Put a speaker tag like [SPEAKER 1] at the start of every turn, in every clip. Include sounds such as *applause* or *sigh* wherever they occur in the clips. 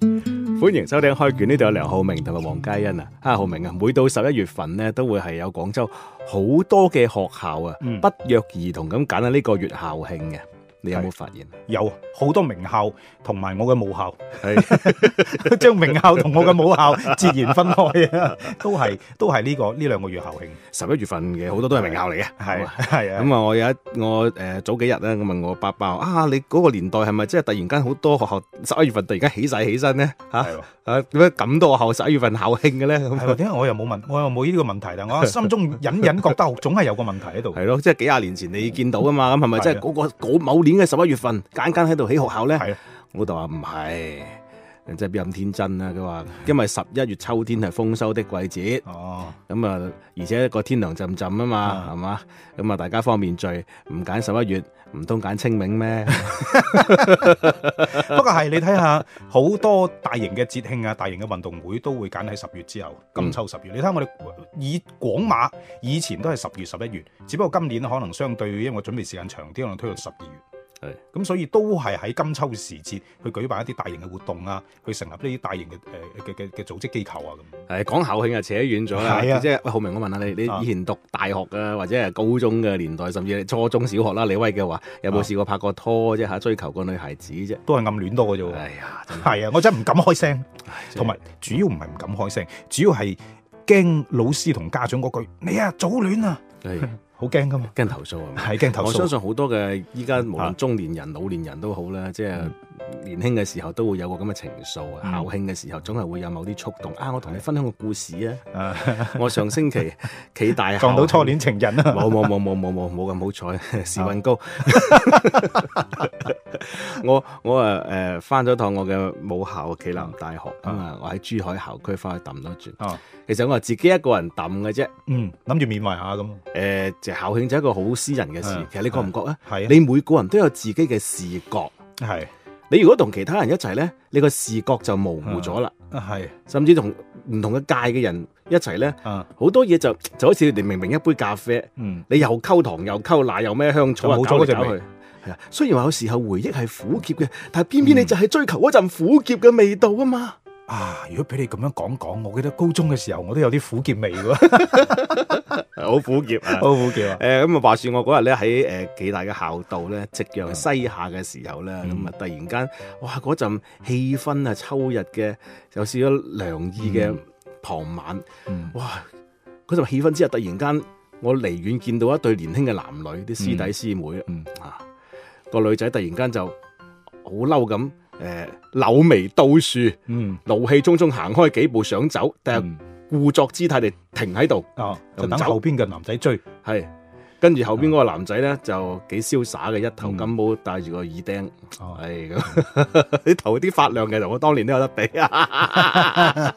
[SPEAKER 1] 歡迎收聽開卷，呢度有梁浩明同埋黃嘉欣啊！啊，浩明啊，每到十一月份呢，都會係有廣州好多嘅學校啊，
[SPEAKER 2] 嗯
[SPEAKER 1] 不約而同咁揀啊呢個月校慶嘅，你有冇發現？
[SPEAKER 2] 有好多名校同埋我嘅母校， *laughs*
[SPEAKER 1] 係
[SPEAKER 2] 將名校同我嘅母校截然分開啊！都係都係呢、個呢兩個月校慶，
[SPEAKER 1] *laughs* 十一月份嘅好多都係名校嚟嘅，好
[SPEAKER 2] 係
[SPEAKER 1] 啊
[SPEAKER 2] 係啊，
[SPEAKER 1] 咁啊，我有一我誒、呃早幾日咧，我問我爸爸啊，你嗰個年代係咪即係突然間好多學校十一月份突然間起晒起身咧嚇？
[SPEAKER 2] 係喎
[SPEAKER 1] 啊點解咁多學校十一月份校慶嘅咧？咁
[SPEAKER 2] 係喎點解我又冇問，我又冇呢個問題，但我心中隱隱覺得總係有個問題喺度。
[SPEAKER 1] *laughs* 係咯，即係幾廿年前你見到啊嘛，咁係咪即係
[SPEAKER 2] 嗯係啊
[SPEAKER 1] 嗰個嗰某年嘅十一月份間間喺度起學校咧？
[SPEAKER 2] 係啊
[SPEAKER 1] 我老豆話唔係，即係邊有咁天真啊？佢話因為十一月秋天係豐收的季節，
[SPEAKER 2] 哦，
[SPEAKER 1] 咁啊，而且個天涼浸浸啊嘛，
[SPEAKER 2] 啊
[SPEAKER 1] 係嘛？咁啊，大家方便聚，唔揀十一月，唔通揀清明咩？
[SPEAKER 2] *laughs*
[SPEAKER 1] *laughs*
[SPEAKER 2] 不過係你睇下好多大型嘅節慶啊、大型嘅運動會都會揀喺十月之後，
[SPEAKER 1] 嗯
[SPEAKER 2] 金秋十月。你睇下我哋以廣馬以前都係十月十一月，只不過今年可能相對因為準備時間長啲，可能推到十二月。
[SPEAKER 1] 係
[SPEAKER 2] 咁所以都係喺金秋時節去舉辦一啲大型嘅活動啊，去成立呢啲大型嘅呃誒嘅嘅嘅組織機構啊咁。
[SPEAKER 1] 係講校慶啊，扯遠咗啦。
[SPEAKER 2] 係啊
[SPEAKER 1] 即係喂，浩明，我問下你，你
[SPEAKER 2] 啊
[SPEAKER 1] 以前讀大學啊，或者係高中嘅年代，甚至係初中小學啦，李威嘅話，有冇
[SPEAKER 2] 啊
[SPEAKER 1] 試過拍過拖啫嚇，追求個女孩子啫？
[SPEAKER 2] 都係暗戀多嘅啫喎。
[SPEAKER 1] 哎呀，真係
[SPEAKER 2] 係啊，我真係唔敢開聲，
[SPEAKER 1] 真係
[SPEAKER 2] 哦同埋主要唔係唔敢開聲，主要係驚老師同家長嗰句你啊早戀啊，
[SPEAKER 1] 係
[SPEAKER 2] 好驚噶嘛，
[SPEAKER 1] 跟投訴啊嘛。
[SPEAKER 2] 係驚投
[SPEAKER 1] 我相
[SPEAKER 2] 訴。
[SPEAKER 1] 信好多嘅依家無論
[SPEAKER 2] 啊
[SPEAKER 1] 中年人、老年人都好啦，即係年輕嘅時候都會有個咁嘅情愫啊。
[SPEAKER 2] 嗯
[SPEAKER 1] 校慶嘅時候總係會有某啲觸動啊！我同你分享個故事啊，
[SPEAKER 2] 啊
[SPEAKER 1] 我上星期暨大校
[SPEAKER 2] 撞到初
[SPEAKER 1] 慶
[SPEAKER 2] 戀情 *laughs* 人啊！
[SPEAKER 1] 冇冇冇冇冇冇冇咁好彩，時運高。我我誒誒翻咗趟我嘅母校暨南大學咁啊，我喺珠海校區翻去揼咗轉。
[SPEAKER 2] 啊，
[SPEAKER 1] 其實我係自己一個人揼嘅啫。
[SPEAKER 2] 嗯，諗住緬懷下咁，
[SPEAKER 1] 誒，就校慶就係一個好私人嘅事
[SPEAKER 2] 嗯。
[SPEAKER 1] 其實你覺唔覺啊？
[SPEAKER 2] 係
[SPEAKER 1] 你每個人都有自己嘅視覺，
[SPEAKER 2] 啊，係
[SPEAKER 1] 你如果同其他人一齊呢，你個視覺就模糊咗啦。
[SPEAKER 2] 啊係
[SPEAKER 1] 甚至同唔同嘅界嘅人一齊呢，
[SPEAKER 2] 啊，
[SPEAKER 1] 好多嘢就就好似你明明一杯咖啡。
[SPEAKER 2] 嗯，
[SPEAKER 1] 你又溝糖又溝奶又咩香草啊，
[SPEAKER 2] 就冇咗嗰隻
[SPEAKER 1] 搞嚟搞
[SPEAKER 2] 味
[SPEAKER 1] 去。係啊，雖然話有時候回憶係苦澀嘅，但係偏偏你就係追求嗰陣苦澀嘅味道啊嘛。
[SPEAKER 2] 啊，如果俾你咁樣講講，我記得高中嘅時候我都有啲苦澀味喎，
[SPEAKER 1] 好苦澀啊！
[SPEAKER 2] *laughs* 好苦澀啊！
[SPEAKER 1] 誒咁啊，話説我嗰日咧喺誒幾大嘅校道咧，夕陽西下嘅時候咧，咁啊突然間，哇嗰陣氣氛啊，秋日嘅有少少涼意嘅傍晚，
[SPEAKER 2] 嗯
[SPEAKER 1] 哇！嗰陣氣氛之下，突然間我離遠見到一對年輕嘅男女，啲師弟師妹
[SPEAKER 2] 嗯
[SPEAKER 1] 啊，個女仔突然間就好嬲咁誒柳眉倒豎，
[SPEAKER 2] 嗯，
[SPEAKER 1] 怒氣沖沖行開幾步想走，但係故作姿態地停喺度。
[SPEAKER 2] 啊，
[SPEAKER 1] 咁
[SPEAKER 2] 嗯就等
[SPEAKER 1] 走
[SPEAKER 2] 後邊嘅男仔追，
[SPEAKER 1] 係，跟住後邊嗰個男仔咧就幾瀟灑嘅，一頭金毛，戴住個耳釘，
[SPEAKER 2] 哦
[SPEAKER 1] 係咁， *laughs* 啲頭啲發亮嘅，同我當年都有得比啊！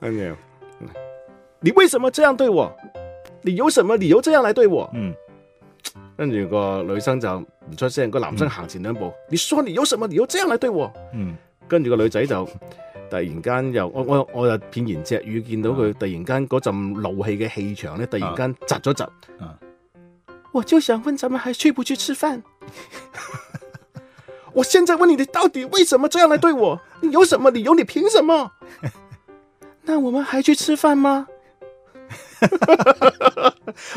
[SPEAKER 1] 跟住，你為什麼這樣對我？你有什麼理由這樣來對我？
[SPEAKER 2] 嗯，
[SPEAKER 1] 跟住個女生就唔出聲，個男生行前兩步，你說你有什麼理由這樣來對我？
[SPEAKER 2] 嗯，
[SPEAKER 1] 跟住個女仔就突然間又我我我又片言隻語，見到佢突然間嗰陣怒氣嘅氣場咧，突然間窒咗窒
[SPEAKER 2] 啊。
[SPEAKER 1] 我就想問，咱們還去不去吃飯？ *laughs* 我現在問你，你到底為什麼這樣來對我？你有什麼理由？你憑什 *laughs* 麼？那我們還去吃飯嗎？ *laughs*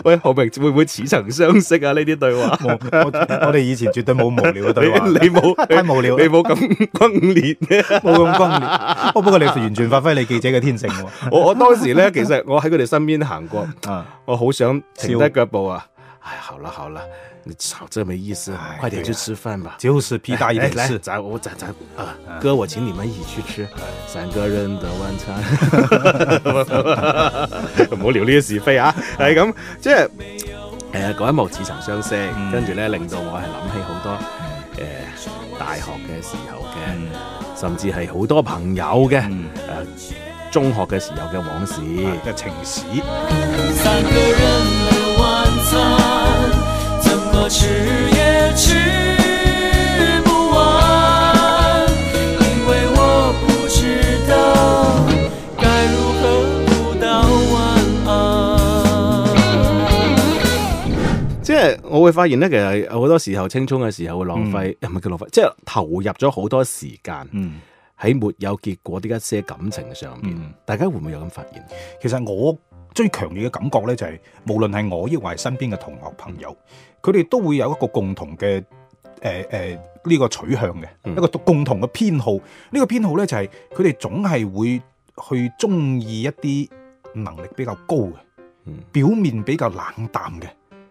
[SPEAKER 1] 喂，浩明會唔會似曾相識啊？呢啲對話，
[SPEAKER 2] 我我我哋以前絕對冇無聊嘅對 *laughs* 話，
[SPEAKER 1] 你冇
[SPEAKER 2] 太無聊啦
[SPEAKER 1] 你冇咁轟烈
[SPEAKER 2] 冇 *laughs* 咁轟烈。哦，不過你完全發揮你記者嘅天性喎，
[SPEAKER 1] 我我當時咧，其實我喺佢哋身邊行過，
[SPEAKER 2] 啊，
[SPEAKER 1] 我好想停低
[SPEAKER 2] 笑
[SPEAKER 1] 腳步啊！哎，好了好了，你吵這沒意思
[SPEAKER 2] 哎，
[SPEAKER 1] 快點去
[SPEAKER 2] 對啊
[SPEAKER 1] 吃飯吧。
[SPEAKER 2] 就是屁大一
[SPEAKER 1] 哎
[SPEAKER 2] 點
[SPEAKER 1] 來，
[SPEAKER 2] 事，
[SPEAKER 1] 咱我咱咱啊
[SPEAKER 2] 嗯，
[SPEAKER 1] 哥，我請你們一起去吃三個人的晚餐。
[SPEAKER 2] *laughs*
[SPEAKER 1] 唔好聊呢啲是非啊！
[SPEAKER 2] 嗯
[SPEAKER 1] 係咁，即係呃誒嗰一幕似曾相識，
[SPEAKER 2] 嗯
[SPEAKER 1] 跟住咧令到我係諗起好多誒大學嘅時候
[SPEAKER 2] 嗯
[SPEAKER 1] 嘅，甚至係好多朋友嘅
[SPEAKER 2] 嗯
[SPEAKER 1] 誒中
[SPEAKER 2] 哎
[SPEAKER 1] 學嘅時候嘅往事。
[SPEAKER 2] 嘅情史。
[SPEAKER 3] 三個人的晚餐。
[SPEAKER 1] 係我會發現咧，其實好多時候青春嘅時候會浪費，呃唔係叫浪費，即係投入咗好多時間
[SPEAKER 2] 嗯，
[SPEAKER 1] 喺沒有結果的一些感情上面。
[SPEAKER 2] 嗯
[SPEAKER 1] 大家會唔會有咁發現？
[SPEAKER 2] 其實我最強烈嘅感覺呢，就係、無論係我抑或係身邊嘅同學朋友，佢哋都會有一個共同嘅誒誒呢個取向嘅、
[SPEAKER 1] 嗯
[SPEAKER 2] 一個共同嘅偏好。呢、個偏好呢，就係佢哋總係會去中意一啲能力比較高嘅、
[SPEAKER 1] 嗯
[SPEAKER 2] 表面比較冷淡嘅、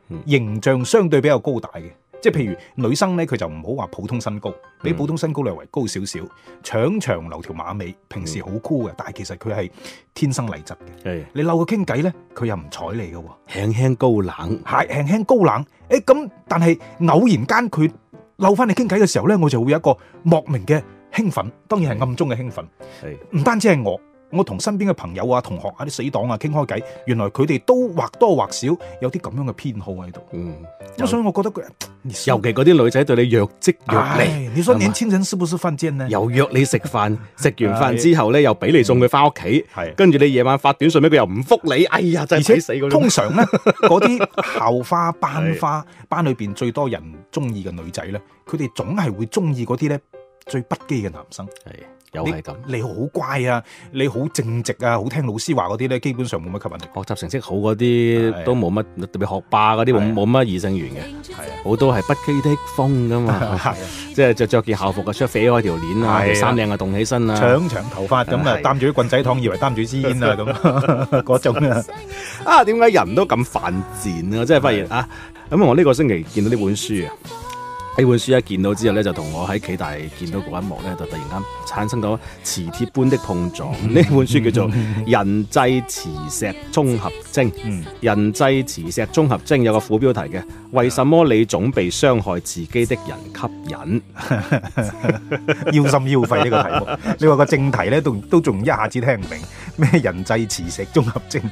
[SPEAKER 1] 嗯
[SPEAKER 2] 形象相對比較高大嘅。即係譬如女生呢，佢就唔好話普通身高，比
[SPEAKER 1] 嗯
[SPEAKER 2] 普通身高略為高少少，長長留條馬尾，平
[SPEAKER 1] 嗯
[SPEAKER 2] 時好酷嘅，但係其實佢係天生麗質嘅。
[SPEAKER 1] 係
[SPEAKER 2] 你嬲佢傾偈咧，佢又唔睬你嘅喎，
[SPEAKER 1] 輕輕高冷，
[SPEAKER 2] 係輕輕高冷。誒咁，但係偶然間佢嬲翻你傾偈嘅時候咧，我就會有一個莫名嘅興奮，當然係暗中嘅興奮。
[SPEAKER 1] 係
[SPEAKER 2] 唔單止係我，我同身邊嘅朋友啊、同學啊、啲死黨啊傾開偈，原來佢哋都或多或少有啲咁樣嘅偏好喺度。
[SPEAKER 1] 嗯，
[SPEAKER 2] 咁所以我覺得佢，你說
[SPEAKER 1] 尤其嗰啲女仔對你若即若離，
[SPEAKER 2] 唉，你說
[SPEAKER 1] 係嘛
[SPEAKER 2] 年輕人是不是犯賤呢？
[SPEAKER 1] 又約你食
[SPEAKER 2] *laughs*
[SPEAKER 1] 飯，食完飯之後咧又俾你送佢翻屋企，
[SPEAKER 2] 係。
[SPEAKER 1] 跟住你夜晚發短信俾佢又唔覆你，哎呀真
[SPEAKER 2] 而
[SPEAKER 1] 係
[SPEAKER 2] 且
[SPEAKER 1] 抵死嗰
[SPEAKER 2] 嗯通
[SPEAKER 1] 種。*laughs*
[SPEAKER 2] 常咧，嗰啲校花、班花、班裏邊最多人中意嘅女仔咧，佢哋總係會中意嗰啲咧最不羈嘅男生。
[SPEAKER 1] 係又係咁，
[SPEAKER 2] 你好乖啊，你好正直啊，好聽老師話嗰啲咧，基本上冇乜吸引力。
[SPEAKER 1] 學習成績好嗰
[SPEAKER 2] 係
[SPEAKER 1] 啲都冇乜，特別學霸嗰啲冇
[SPEAKER 2] 係
[SPEAKER 1] 冇乜異性緣嘅。好多係不啊羈的風噶嘛，
[SPEAKER 2] *laughs* 係啊
[SPEAKER 1] 即係啊着着件校服嘅啊出飛開條鏈啊，
[SPEAKER 2] 係啊
[SPEAKER 1] 條衫領啊動起身啊。
[SPEAKER 2] 長長頭髮咁啊，
[SPEAKER 1] 係
[SPEAKER 2] 擔住啲棍仔糖，以為擔住支煙
[SPEAKER 1] *laughs*
[SPEAKER 2] 啊咁 *laughs* 嗰種啊。
[SPEAKER 1] 啊，點解人都咁犯賤啊？真係發現啊！咁我呢個星期見到呢本書啊，呢本書一見到之後咧，就同我喺暨大見到嗰一幕咧，就突然間產生咗磁鐵般的碰撞。呢本書叫做《人際磁石綜合征》。
[SPEAKER 2] 嗯
[SPEAKER 1] 人際磁石綜合征有個副標題嘅，為什麼你總被傷害自己的人吸引？
[SPEAKER 2] 腰心腰肺呢個題
[SPEAKER 1] *laughs*
[SPEAKER 2] 目，你話個正題咧，都都仲一下子聽唔明咩人際磁石綜合症，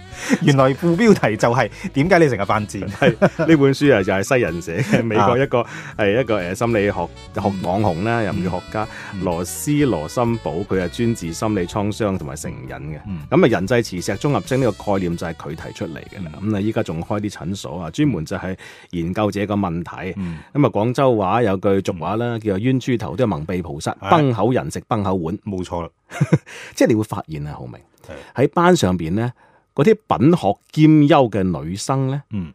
[SPEAKER 2] 原來副標題就係點解你成日犯賤。
[SPEAKER 1] 係呢
[SPEAKER 2] *laughs*
[SPEAKER 1] 本書啊，就係西人寫嘅，美國一個
[SPEAKER 2] 啊
[SPEAKER 1] 係一個誒心理學學網紅啦，又唔叫學家
[SPEAKER 2] 嗯
[SPEAKER 1] 羅斯羅森堡，佢係專治心理創傷同埋成癮嘅。
[SPEAKER 2] 嗯
[SPEAKER 1] 咁啊，人際磁石綜合症呢個概念就係佢提出嚟嘅啦。
[SPEAKER 2] 嗯
[SPEAKER 1] 咁啊，依家仲開啲診所啊，專門就係研究這個問題。
[SPEAKER 2] 嗯
[SPEAKER 1] 咁啊，廣州話有句俗話啦，叫做冤豬頭都係蒙蔽菩薩，
[SPEAKER 2] 係
[SPEAKER 1] 崩口人食崩口碗。
[SPEAKER 2] 冇錯啦，
[SPEAKER 1] 即係你會發現啊，浩明喺班上邊咧，嗰啲品學兼優嘅女生咧，
[SPEAKER 2] 嗯，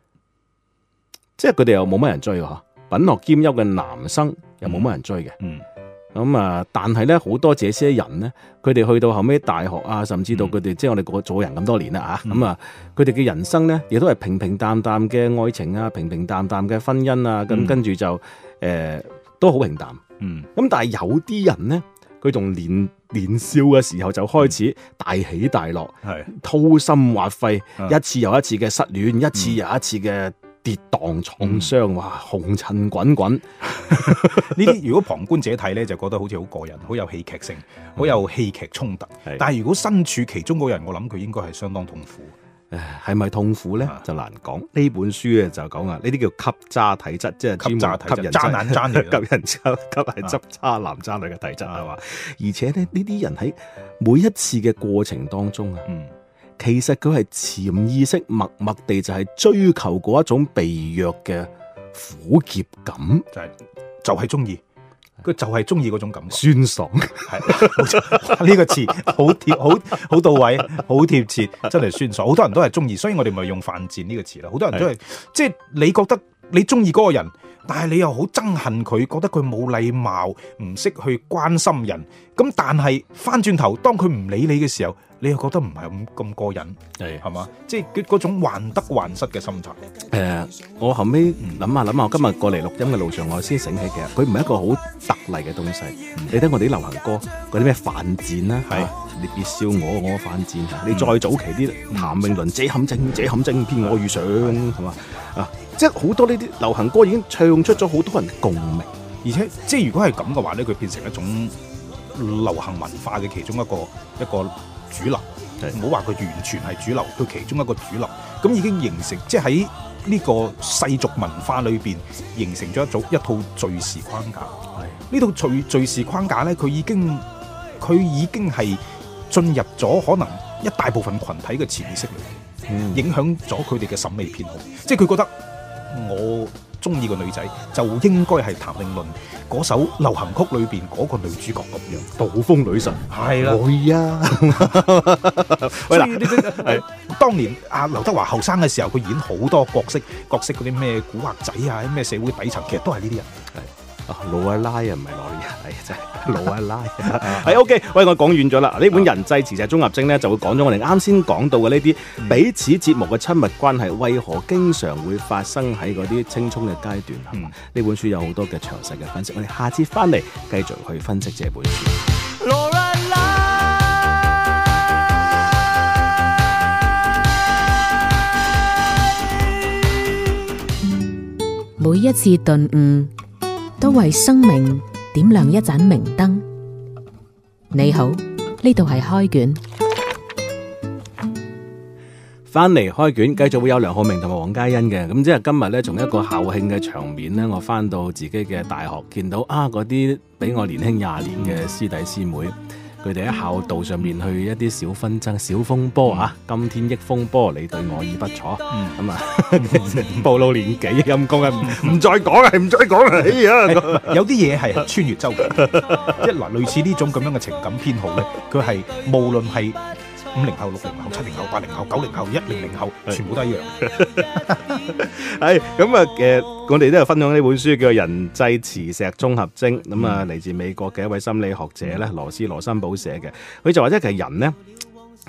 [SPEAKER 1] 即係佢哋又冇乜人追喎，品學兼優嘅男生又冇乜人追嘅。
[SPEAKER 2] 嗯，
[SPEAKER 1] 咁啊，但係咧好多這些人咧，佢哋去到後尾大學啊，甚至到
[SPEAKER 2] 嗯
[SPEAKER 1] 佢哋即係我哋個做人咁多年啦嚇，
[SPEAKER 2] 嗯
[SPEAKER 1] 咁啊，佢哋嘅人生咧，亦都係平平淡淡嘅愛情啊，平平淡淡嘅婚姻啊，咁
[SPEAKER 2] 嗯
[SPEAKER 1] 跟住就誒、呃都好平淡。
[SPEAKER 2] 嗯，
[SPEAKER 1] 咁但係有啲人咧，佢仲年年少嘅時候就開始大起大落。
[SPEAKER 2] 係，
[SPEAKER 1] 掏心挖肺，
[SPEAKER 2] 啊嗯
[SPEAKER 1] 一次又一次嘅失戀，一次又一次嘅跌宕創傷，哇！紅塵滾滾，
[SPEAKER 2] *laughs* 呢啲如果旁觀者睇咧，就覺得好似好過癮，好有戲劇性，好有戲劇衝突。
[SPEAKER 1] 係
[SPEAKER 2] 嗯但係如果身處其中嗰人，我諗佢應該係相當痛苦。
[SPEAKER 1] 唉係咪痛苦咧
[SPEAKER 2] 啊？
[SPEAKER 1] 就難講。呢本書咧就講啊，呢啲叫吸渣體質，即係
[SPEAKER 2] 吸渣
[SPEAKER 1] 專門吸
[SPEAKER 2] 睇
[SPEAKER 1] 人
[SPEAKER 2] 渣
[SPEAKER 1] 渣
[SPEAKER 2] 男渣女啊
[SPEAKER 1] *laughs* 吸人渣吸係執渣男渣女嘅體質係嘛？而且咧呢啲人喺每一次嘅過程當中啊，
[SPEAKER 2] 嗯，
[SPEAKER 1] 其實佢係潛意識默默地就係追求嗰一種被虐嘅苦澀感、
[SPEAKER 2] 就係就係中意，佢就係中意嗰種感覺。
[SPEAKER 1] 酸爽。
[SPEAKER 2] 係冇錯 *laughs* 呢個詞好貼，好好到位，好貼切，真係酸爽。好多人都係中意，所以我哋咪用犯賤呢個詞啦。好多人都係即係你覺得你中意嗰個人，但係你又好憎恨佢，覺得佢冇禮貌，唔識去關心人。咁但係翻轉頭，當佢唔理你嘅時候，你又覺得唔係咁咁過癮，
[SPEAKER 1] 係
[SPEAKER 2] 係嘛？即係嗰嗰種患得患失嘅心態。
[SPEAKER 1] 誒、呃我後尾諗下諗下，我今日過嚟錄音嘅路上，我先醒起，其實佢唔係一個好特例嘅東西。你睇我哋啲流行歌，嗰啲咩犯賤啦，
[SPEAKER 2] 嗯係嗯
[SPEAKER 1] 啊你別笑我，我犯賤。啊你再早期啲譚詠麟，這陷阱，這陷阱，偏我遇上，係嘛啊？即係好多呢啲流行歌已經唱出咗好多人嘅共鳴。
[SPEAKER 2] 而且即係如果係咁嘅話咧，佢變成一種流行文化嘅其中一個一個主流，
[SPEAKER 1] 係
[SPEAKER 2] 唔好話佢完全係主流，佢其中一個主流，咁已經形成即係喺呢個世俗文化裏邊形成咗一組一套敘事框架。呢套敘敘事框架咧，佢已經佢已經係進入咗可能一大部分群體嘅潛意識裏面。
[SPEAKER 1] 嗯
[SPEAKER 2] 影響咗佢哋嘅審美偏好，即係佢覺得我中意個女仔就應該係譚詠麟嗰首流行曲裏邊嗰個女主角咁樣。
[SPEAKER 1] 杜峰女神
[SPEAKER 2] 係啦，
[SPEAKER 1] 會
[SPEAKER 2] *laughs*
[SPEAKER 1] 啊，
[SPEAKER 2] 所
[SPEAKER 1] 喂
[SPEAKER 2] 以
[SPEAKER 1] 嗱
[SPEAKER 2] 你你 *laughs*
[SPEAKER 1] 係
[SPEAKER 2] 你當年阿劉德華後生嘅時候，佢演好多角色，角色嗰啲咩古惑仔啊，咩社會底層，其實都係呢啲人。
[SPEAKER 1] 啊老阿拉啊，唔係羅莉亞，係真係老阿拉。係 OK，喂，我講完咗啦。呢本《人際詞就綜合徵》咧，就會講咗我哋啱先講到嘅呢啲
[SPEAKER 2] 嗯
[SPEAKER 1] 彼此節目嘅親密關係，為何經常會發生喺嗰啲青葱嘅階段？係嘛呢
[SPEAKER 2] 嗯
[SPEAKER 1] 本書有好多嘅詳細嘅分析，我哋下次翻嚟繼續去分析這本書。
[SPEAKER 3] Laura
[SPEAKER 4] 每一次頓悟，都為生命點亮一盞明燈。你好，呢度係開卷。
[SPEAKER 1] 翻嚟開卷，繼續會有梁浩明同埋黃嘉欣嘅。咁即係今日呢，從一個校慶嘅場面呢，我翻到自己嘅大學，見到啊嗰啲比我年輕廿年嘅師弟師妹，佢哋喺校道上面去一啲小紛爭、小風波啊，今天益風波，你對我已不錯。咁啊， *laughs* 暴露年紀陰公啊，唔唔再講啊，唔再講啊，哎呀！
[SPEAKER 2] *laughs* 有啲嘢係穿越周期，即係嗱類似呢種咁樣嘅情感偏好咧，佢係無論係五零後、六零後、七零後、八零後、九零後、一零零後，全部都一樣。
[SPEAKER 1] 係咁啊，誒，我哋都有分享呢本書叫《人際磁石綜合徵》，咁
[SPEAKER 2] 嗯
[SPEAKER 1] 啊，嚟自美國嘅一位心理學者咧，羅斯羅森堡寫嘅，佢就話即係其實人呢，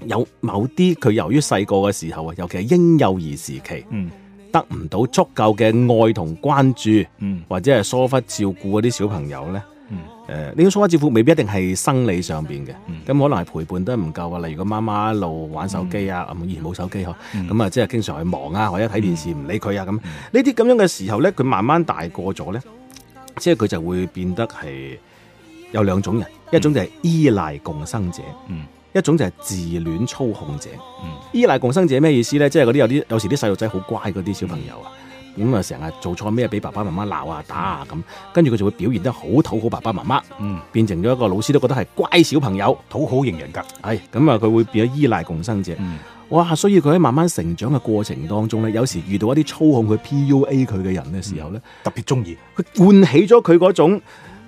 [SPEAKER 1] 有某啲佢由於細個嘅時候啊，尤其係嬰幼兒時期，
[SPEAKER 2] 嗯
[SPEAKER 1] 得唔到足夠嘅愛同關注，
[SPEAKER 2] 嗯
[SPEAKER 1] 或者係疏忽照顧嗰啲小朋友呢。
[SPEAKER 2] 嗯
[SPEAKER 1] 誒呢種疏忽照顧未必一定係生理上邊嘅，咁、
[SPEAKER 2] 嗯
[SPEAKER 1] 可能係陪伴得唔夠啊。例如個媽媽一路玩手機啊，咁以前冇手機嗬，
[SPEAKER 2] 嗯
[SPEAKER 1] 咁啊即係經常去忙啊，或者睇電視唔理佢啊咁。呢啲咁樣嘅時候呢，佢慢慢大個咗呢，即係佢就會變得係有兩種人，一種就係依賴共生者，
[SPEAKER 2] 嗯
[SPEAKER 1] 一種就係自戀操控者。
[SPEAKER 2] 嗯
[SPEAKER 1] 依賴共生者咩意思呢？即係嗰啲有啲有時啲細路仔好乖嗰啲小朋友啊，咁啊成日做錯咩俾爸爸媽媽鬧啊打啊咁，跟住佢就會表現得好討好爸爸媽媽，
[SPEAKER 2] 嗯，
[SPEAKER 1] 變成咗一個老師都覺得係乖小朋友，
[SPEAKER 2] 討好型人格。
[SPEAKER 1] 係咁啊佢會變咗依賴共生者。
[SPEAKER 2] 嗯
[SPEAKER 1] 哇！所以佢喺慢慢成長嘅過程當中呢，有時遇到一啲操控佢 PUA 佢嘅人嘅時候呢，
[SPEAKER 2] 特別中意，
[SPEAKER 1] 佢喚起咗佢嗰種，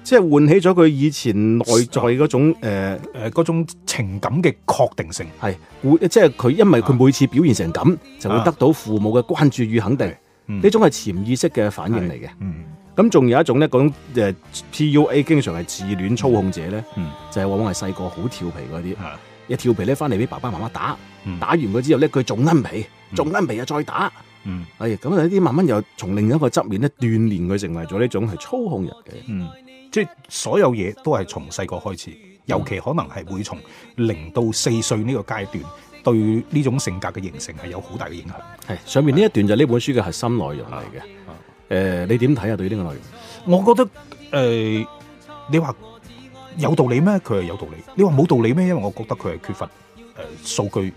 [SPEAKER 1] 即係喚起咗佢以前內在嗰種誒。呃
[SPEAKER 2] 誒、嗰種情感嘅確定性，
[SPEAKER 1] 係會即係佢，因為佢每次表現成咁，就會得到父母嘅關注與肯定。
[SPEAKER 2] 嗯
[SPEAKER 1] 呢種係潛意識嘅反應嚟嘅。
[SPEAKER 2] 嗯
[SPEAKER 1] 咁仲有一種咧，嗰種呃誒 PUA 經常係自戀操控者咧，
[SPEAKER 2] 嗯
[SPEAKER 1] 就係往往係細個好調皮嗰啲，
[SPEAKER 2] 嚇，
[SPEAKER 1] 一調皮咧翻嚟俾爸爸媽媽打，
[SPEAKER 2] 嗯
[SPEAKER 1] 打完佢之後咧佢仲恩皮，
[SPEAKER 2] 嗯
[SPEAKER 1] 仲恩皮啊再打。
[SPEAKER 2] 嗯
[SPEAKER 1] 哎呀，咁啊呢啲慢慢又從另一個側面咧鍛鍊佢成為咗呢種係操控人嘅。
[SPEAKER 2] 嗯，即係所有嘢都係從細個開始，尤其可能係會從零到四歲呢個階段，對呢種性格嘅形成係有好大嘅影響。
[SPEAKER 1] 係上面呢一段就係呢本書嘅核心內容嚟嘅。誒
[SPEAKER 2] 啊、
[SPEAKER 1] 你點睇啊？對於呢個內容？
[SPEAKER 2] 我覺得誒、呃你話有道理咩？佢係有道理。你話冇道理咩？因為我覺得佢係缺乏誒、呃、數據、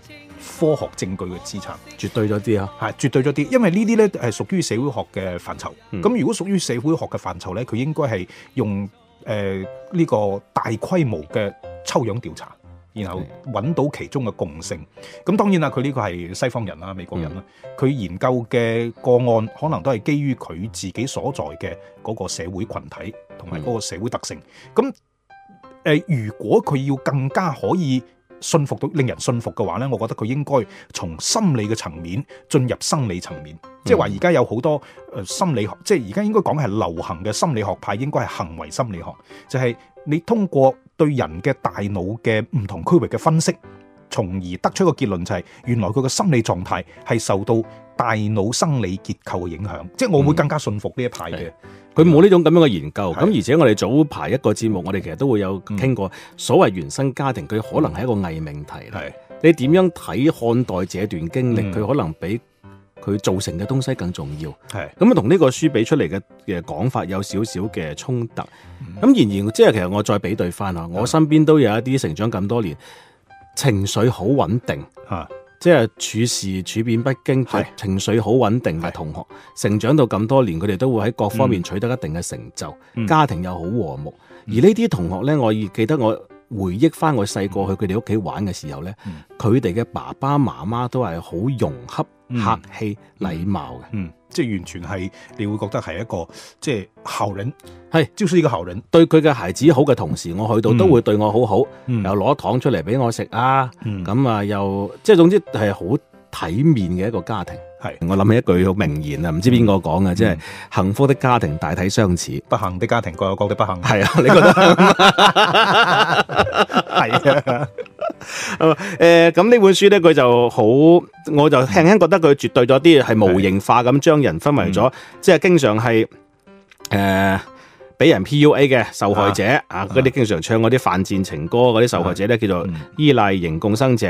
[SPEAKER 2] 科學證據嘅支撐。
[SPEAKER 1] 絕對咗啲啊！
[SPEAKER 2] 係絕對咗啲，因為呢啲呢係屬於社會學嘅範疇。咁、
[SPEAKER 1] 嗯
[SPEAKER 2] 如果屬於社會學嘅範疇呢，佢應該係用呃誒呢、個大規模嘅抽樣調查，然後揾到其中嘅共性。咁當然啦，佢呢個係西方人啦、美國人啦，佢、研究嘅個案可能都係基於佢自己所在嘅嗰個社會群體同埋嗰個社會特性。咁誒、呃如果佢要更加可以信服到令人信服嘅話呢，我覺得佢應該從心理嘅層面進入生理層面，即係話而家有好多誒、呃心理學，即係而家應該講係流行嘅心理學派，應該係行為心理學，就係、你通過對人嘅大腦嘅唔同區域嘅分析，從而得出一個結論就係、原來佢嘅心理狀態係受到大腦生理結構嘅影響，即係我會更加信服呢一派嘅。
[SPEAKER 1] 佢冇呢種咁樣嘅研究，
[SPEAKER 2] 係嗯
[SPEAKER 1] 咁而且我哋早排一個節目，我哋其實都會有傾過所謂原生家庭，佢可能係一個偽命題啦。
[SPEAKER 2] 係
[SPEAKER 1] 你點樣睇看待這段經歷，
[SPEAKER 2] 嗯
[SPEAKER 1] 佢可能比佢造成嘅東西更重要。
[SPEAKER 2] 係
[SPEAKER 1] 咁啊，同呢個書俾出嚟嘅嘅講法有少少嘅衝突。咁然而，即係其實我再比對翻啊，我身邊都有一啲成長咁多年，情緒好穩定。
[SPEAKER 2] 嚇
[SPEAKER 1] 即係處事處變不驚，
[SPEAKER 2] 係
[SPEAKER 1] 情緒好穩定嘅
[SPEAKER 2] 係
[SPEAKER 1] 同學，成長到咁多年，佢哋都會喺各方面取得一定嘅成就，
[SPEAKER 2] 嗯
[SPEAKER 1] 家庭又好和睦。而呢啲同學呢，我亦記得我回憶翻我細個去佢哋屋企玩嘅時候咧
[SPEAKER 2] 嗯，
[SPEAKER 1] 佢哋嘅爸爸媽媽都係好融洽、
[SPEAKER 2] 嗯
[SPEAKER 1] 客氣、禮貌嘅。
[SPEAKER 2] 嗯，即係完全係你會覺得係一個即係好人，
[SPEAKER 1] 係
[SPEAKER 2] 就是一個好人，
[SPEAKER 1] 對佢嘅孩子好嘅同時，我去到
[SPEAKER 2] 嗯
[SPEAKER 1] 都會對我好好，
[SPEAKER 2] 嗯
[SPEAKER 1] 又攞糖出嚟俾我食啊！
[SPEAKER 2] 嗯
[SPEAKER 1] 咁啊，又即係總之係好體面嘅一個家庭。
[SPEAKER 2] 係
[SPEAKER 1] 我諗起一句好名言啊，唔知邊個講嘅，即係幸福的家庭大體相似。
[SPEAKER 2] 不幸的家庭各有各的不幸，
[SPEAKER 1] 係啊， *laughs* 你覺得？
[SPEAKER 2] 係啊，
[SPEAKER 1] 誒呃咁呢本書咧，佢就好，我就輕輕覺得佢絕對咗啲係模型化咁將人分為咗，即係經常係誒俾人 PUA 嘅受害者啊，嗰啲經常唱嗰啲犯賤情歌嗰啲受害者咧，叫做
[SPEAKER 2] 嗯
[SPEAKER 1] 依賴型共生者。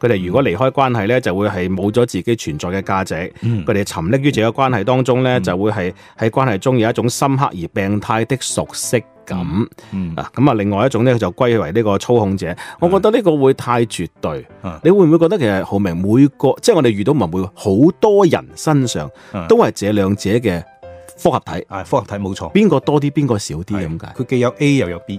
[SPEAKER 1] 佢哋如果離開關係咧，就會係冇咗自己存在嘅價值。
[SPEAKER 2] 嗯
[SPEAKER 1] 佢哋沉溺於自己嘅關係當中咧，就會係喺關係中有一種深刻而病態的熟悉感。
[SPEAKER 2] 嗯
[SPEAKER 1] 啊，咁啊，另外一種咧就歸為呢個操控者，我覺得呢個會太絕對。
[SPEAKER 2] 嗯
[SPEAKER 1] 你會唔會覺得其實浩明每個，即係我哋遇到唔係每個，好多人身上
[SPEAKER 2] 嗯
[SPEAKER 1] 都係這兩者嘅複合體，
[SPEAKER 2] 啊，科學睇冇錯。
[SPEAKER 1] 邊個多啲，邊個少啲咁
[SPEAKER 2] 係啊
[SPEAKER 1] 解？嗯
[SPEAKER 2] 佢既有 A 又有 B。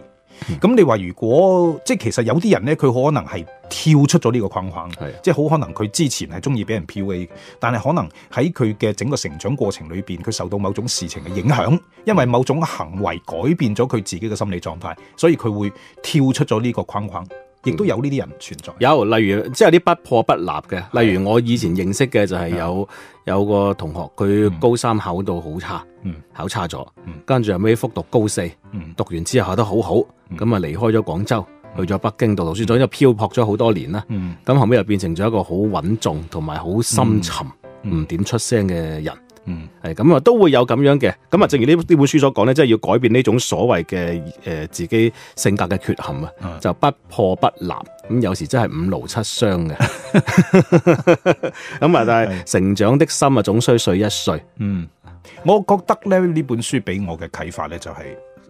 [SPEAKER 2] 咁你話如果即係其實有啲人咧，佢可能係跳出咗呢個框框
[SPEAKER 1] 係，啊
[SPEAKER 2] 即係好可能佢之前係中意俾人 PUA，嘅但係可能喺佢嘅整個成長過程裏邊，佢受到某種事情嘅影響，因為某種行為改變咗佢自己嘅心理狀態，所以佢會跳出咗呢個框框，亦
[SPEAKER 1] 嗯
[SPEAKER 2] 都有呢啲人存在。
[SPEAKER 1] 有，例如即係有啲不破不立嘅，例如我以前認識嘅就
[SPEAKER 2] 嗯
[SPEAKER 1] 係有有個同學，佢高三考到好差，
[SPEAKER 2] 嗯
[SPEAKER 1] 考差咗
[SPEAKER 2] 嗯，
[SPEAKER 1] 跟住後尾復讀高四，
[SPEAKER 2] 嗯
[SPEAKER 1] 讀完之後考得好好，
[SPEAKER 2] 嗯
[SPEAKER 1] 咁啊離開咗廣州，去咗北京讀讀書，咗之後漂泊咗好多年啦。
[SPEAKER 2] 嗯
[SPEAKER 1] 咁後尾又變成咗一個好穩重同埋好深沉、
[SPEAKER 2] 嗯
[SPEAKER 1] 唔點出聲嘅人，
[SPEAKER 2] 嗯
[SPEAKER 1] 係咁啊，都會有咁樣嘅。咁啊，正如呢呢本書所講咧，即係要改變呢種所謂嘅誒自己性格嘅缺陷啊
[SPEAKER 2] 嗯，
[SPEAKER 1] 就不破不立。咁有時真係五勞七傷嘅。咁啊，但係成長的心啊，總需碎一碎。
[SPEAKER 2] 嗯，我覺得咧呢本書俾我嘅啟發咧就係、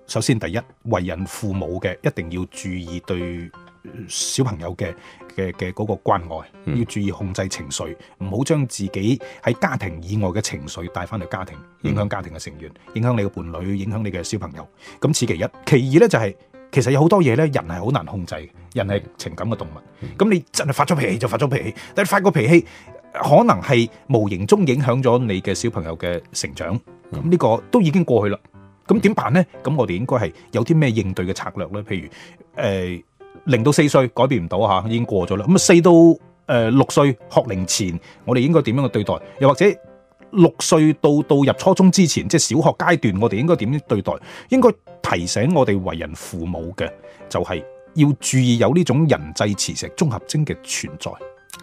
[SPEAKER 2] 首先第一，為人父母嘅一定要注意對呃小朋友嘅嘅嘅嗰個關愛，要注意控制情緒，唔好將自己喺家庭以外嘅情緒帶翻去家庭，影響家庭嘅成員，影響你嘅伴侶，影響你嘅小朋友。咁此其一，其二咧就係、其實有好多嘢咧，人係好難控制嘅，人係情感嘅動物。咁你真係發咗脾氣就發咗脾氣，但係發個脾氣可能係無形中影響咗你嘅小朋友嘅成長。咁呢個都已經過去啦。咁點辦呢？咁我哋應該係有啲咩應對嘅策略呢？譬如誒，呃零、到四歲改變唔到啊嚇，已經過咗啦。咁四到誒六歲學齡前，我哋應該點樣去對待？又或者六歲到到入初中之前，即係小學階段，我哋應該點樣對待？應該提醒我哋為人父母嘅，就係、要注意有呢種人際磁石綜合徵嘅存在。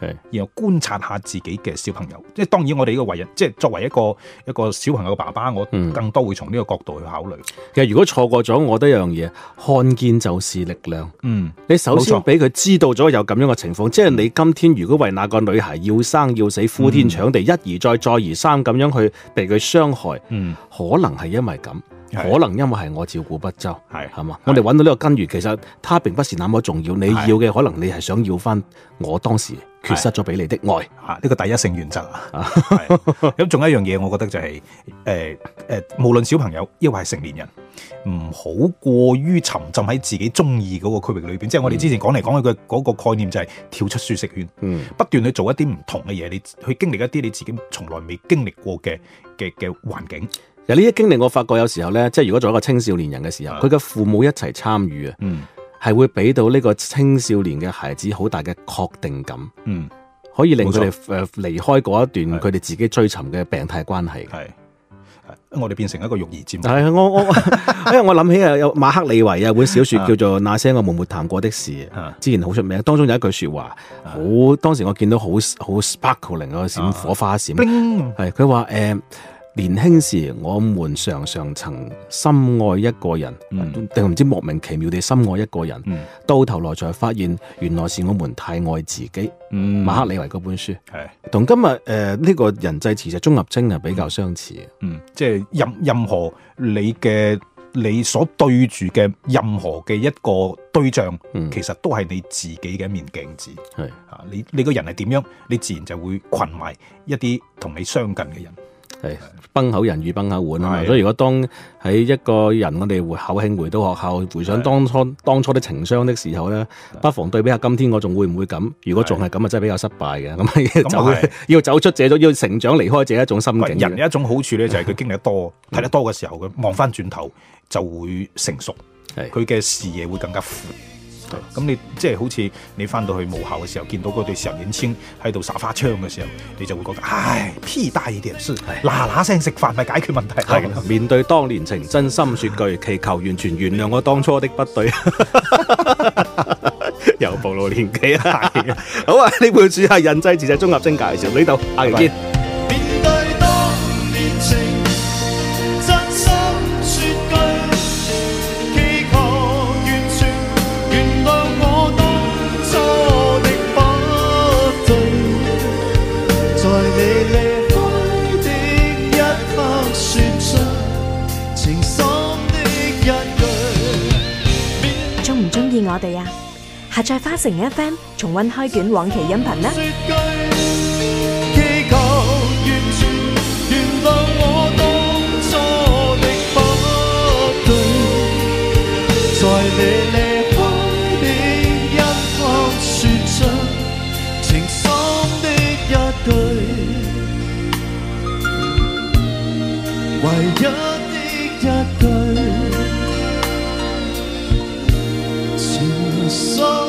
[SPEAKER 1] 係
[SPEAKER 2] 然後觀察下自己嘅小朋友，即係當然我哋呢個為人，即係作為一個一個小朋友嘅爸爸，我
[SPEAKER 1] 嗯
[SPEAKER 2] 更多會從呢個角度去考慮。
[SPEAKER 1] 其實如果錯過咗，我覺得一樣嘢，看見就是力量。
[SPEAKER 2] 嗯，
[SPEAKER 1] 你首
[SPEAKER 2] 冇
[SPEAKER 1] 先
[SPEAKER 2] 錯嗯
[SPEAKER 1] 俾佢知道咗有咁樣嘅情況，即係你今天如果為那個女孩要生要死、呼天搶地、一而再、再而三咁樣去被佢傷害，
[SPEAKER 2] 嗯，
[SPEAKER 1] 可能係因為咁，
[SPEAKER 2] 係
[SPEAKER 1] 可能因為係我照顧不周，
[SPEAKER 2] 係
[SPEAKER 1] 係嘛？
[SPEAKER 2] 係
[SPEAKER 1] 我哋揾到呢個根源，其實它並不是那麼重要。你要嘅可能你係想要翻我當時缺失咗俾你的愛。
[SPEAKER 2] 啊，呢個第一性原則啊。係咁仲有一樣嘢，我覺得就係誒誒，無論小朋友抑或係成年人，唔好過於沉浸喺自己中意嗰個區域裏邊。即係我哋之前講嚟講去嘅嗰個概念，就係跳出舒適圈。
[SPEAKER 1] 嗯，
[SPEAKER 2] 不斷去做一啲唔同嘅嘢，你去經歷一啲你自己從來未經歷過嘅嘅嘅環境。
[SPEAKER 1] 其實呢啲經歷我發覺有時候呢，即係如果作為一個青少年人嘅時候，
[SPEAKER 2] 啊
[SPEAKER 1] 佢嘅父母一齊參與啊，
[SPEAKER 2] 嗯
[SPEAKER 1] 係會俾到呢個青少年嘅孩子好大嘅確定感。
[SPEAKER 2] 嗯，
[SPEAKER 1] 可以令
[SPEAKER 2] 冇
[SPEAKER 1] 佢
[SPEAKER 2] 錯
[SPEAKER 1] 哋誒離開嗰一段
[SPEAKER 2] 係
[SPEAKER 1] 佢哋自己追尋嘅病態關係。
[SPEAKER 2] 係，係我哋變成一個育兒節目。
[SPEAKER 1] 但係我我，因為我 *laughs* 諗起啊，有馬克李維有本小説
[SPEAKER 2] 啊
[SPEAKER 1] 叫做《那些我們沒談過的事》，
[SPEAKER 2] 啊
[SPEAKER 1] 之前好出名。當中有一句説話，好當時我見到好好 sparkling 嗰個閃
[SPEAKER 2] 啊
[SPEAKER 1] 火花閃，
[SPEAKER 2] 冰
[SPEAKER 1] 係佢話誒年輕時我們常常曾深愛一個人，
[SPEAKER 2] 嗯
[SPEAKER 1] 定唔知莫名其妙地深愛一個人，
[SPEAKER 2] 嗯
[SPEAKER 1] 到頭來才發現原來是我們太愛自己。
[SPEAKER 2] 嗯
[SPEAKER 1] 馬克李維嗰本書。
[SPEAKER 2] 係
[SPEAKER 1] 同今日誒呢個人際磁石綜合徵係比較相似嘅。
[SPEAKER 2] 嗯，即係任任何你嘅你所對住嘅任何嘅一個對象，
[SPEAKER 1] 嗯
[SPEAKER 2] 其實都係你自己嘅一面鏡子。
[SPEAKER 1] 係
[SPEAKER 2] 啊，你你個人係點樣，你自然就會群埋一啲同你相近嘅人。
[SPEAKER 1] 係崩口人與崩口碗啊嘛，
[SPEAKER 2] 係
[SPEAKER 1] 所以如果當喺一個人我哋回口慶回到學校，回想
[SPEAKER 2] 係
[SPEAKER 1] 當初當初的情傷的時候咧，不妨對比下今天我仲會唔會咁？如果仲係咁啊，真係比較失敗嘅。咁 *laughs* 要
[SPEAKER 2] 咁
[SPEAKER 1] 走
[SPEAKER 2] 係
[SPEAKER 1] 要走出這種要成長離開這一種心
[SPEAKER 2] 喂
[SPEAKER 1] 境
[SPEAKER 2] 人
[SPEAKER 1] 嘅。
[SPEAKER 2] 有一種好處咧，就
[SPEAKER 1] *laughs*
[SPEAKER 2] 係佢經歷得多、睇得多嘅時候，佢望翻轉頭就會成熟，
[SPEAKER 1] 係
[SPEAKER 2] 佢嘅視野會更加闊。咁你即係好似你翻到去母校嘅時候，見到嗰對時候年青喺度耍花槍嘅時候，你就會覺得唉，屁大一點事，嗱嗱聲食飯咪解決問題
[SPEAKER 1] 係
[SPEAKER 2] 啦。
[SPEAKER 1] 面對當年情，真心説句，祈求完全原諒我當初的不對。 *laughs* 又暴露年紀啦，係啊好啊！呢本書係人際自制綜合征介紹，呢度下期見。
[SPEAKER 3] 面對當年情，真心説句，祈求完全原諒我當初的不對。在你離開的一刻，説出情深的一句。面
[SPEAKER 5] 中唔中意我哋
[SPEAKER 3] à,
[SPEAKER 5] 啊？下載花城 FM 重溫開卷往期音頻啦！
[SPEAKER 3] 說句祈求完全原諒我當初的不對，在你離開的一刻，說出情深的一句，唯一的一句，情深。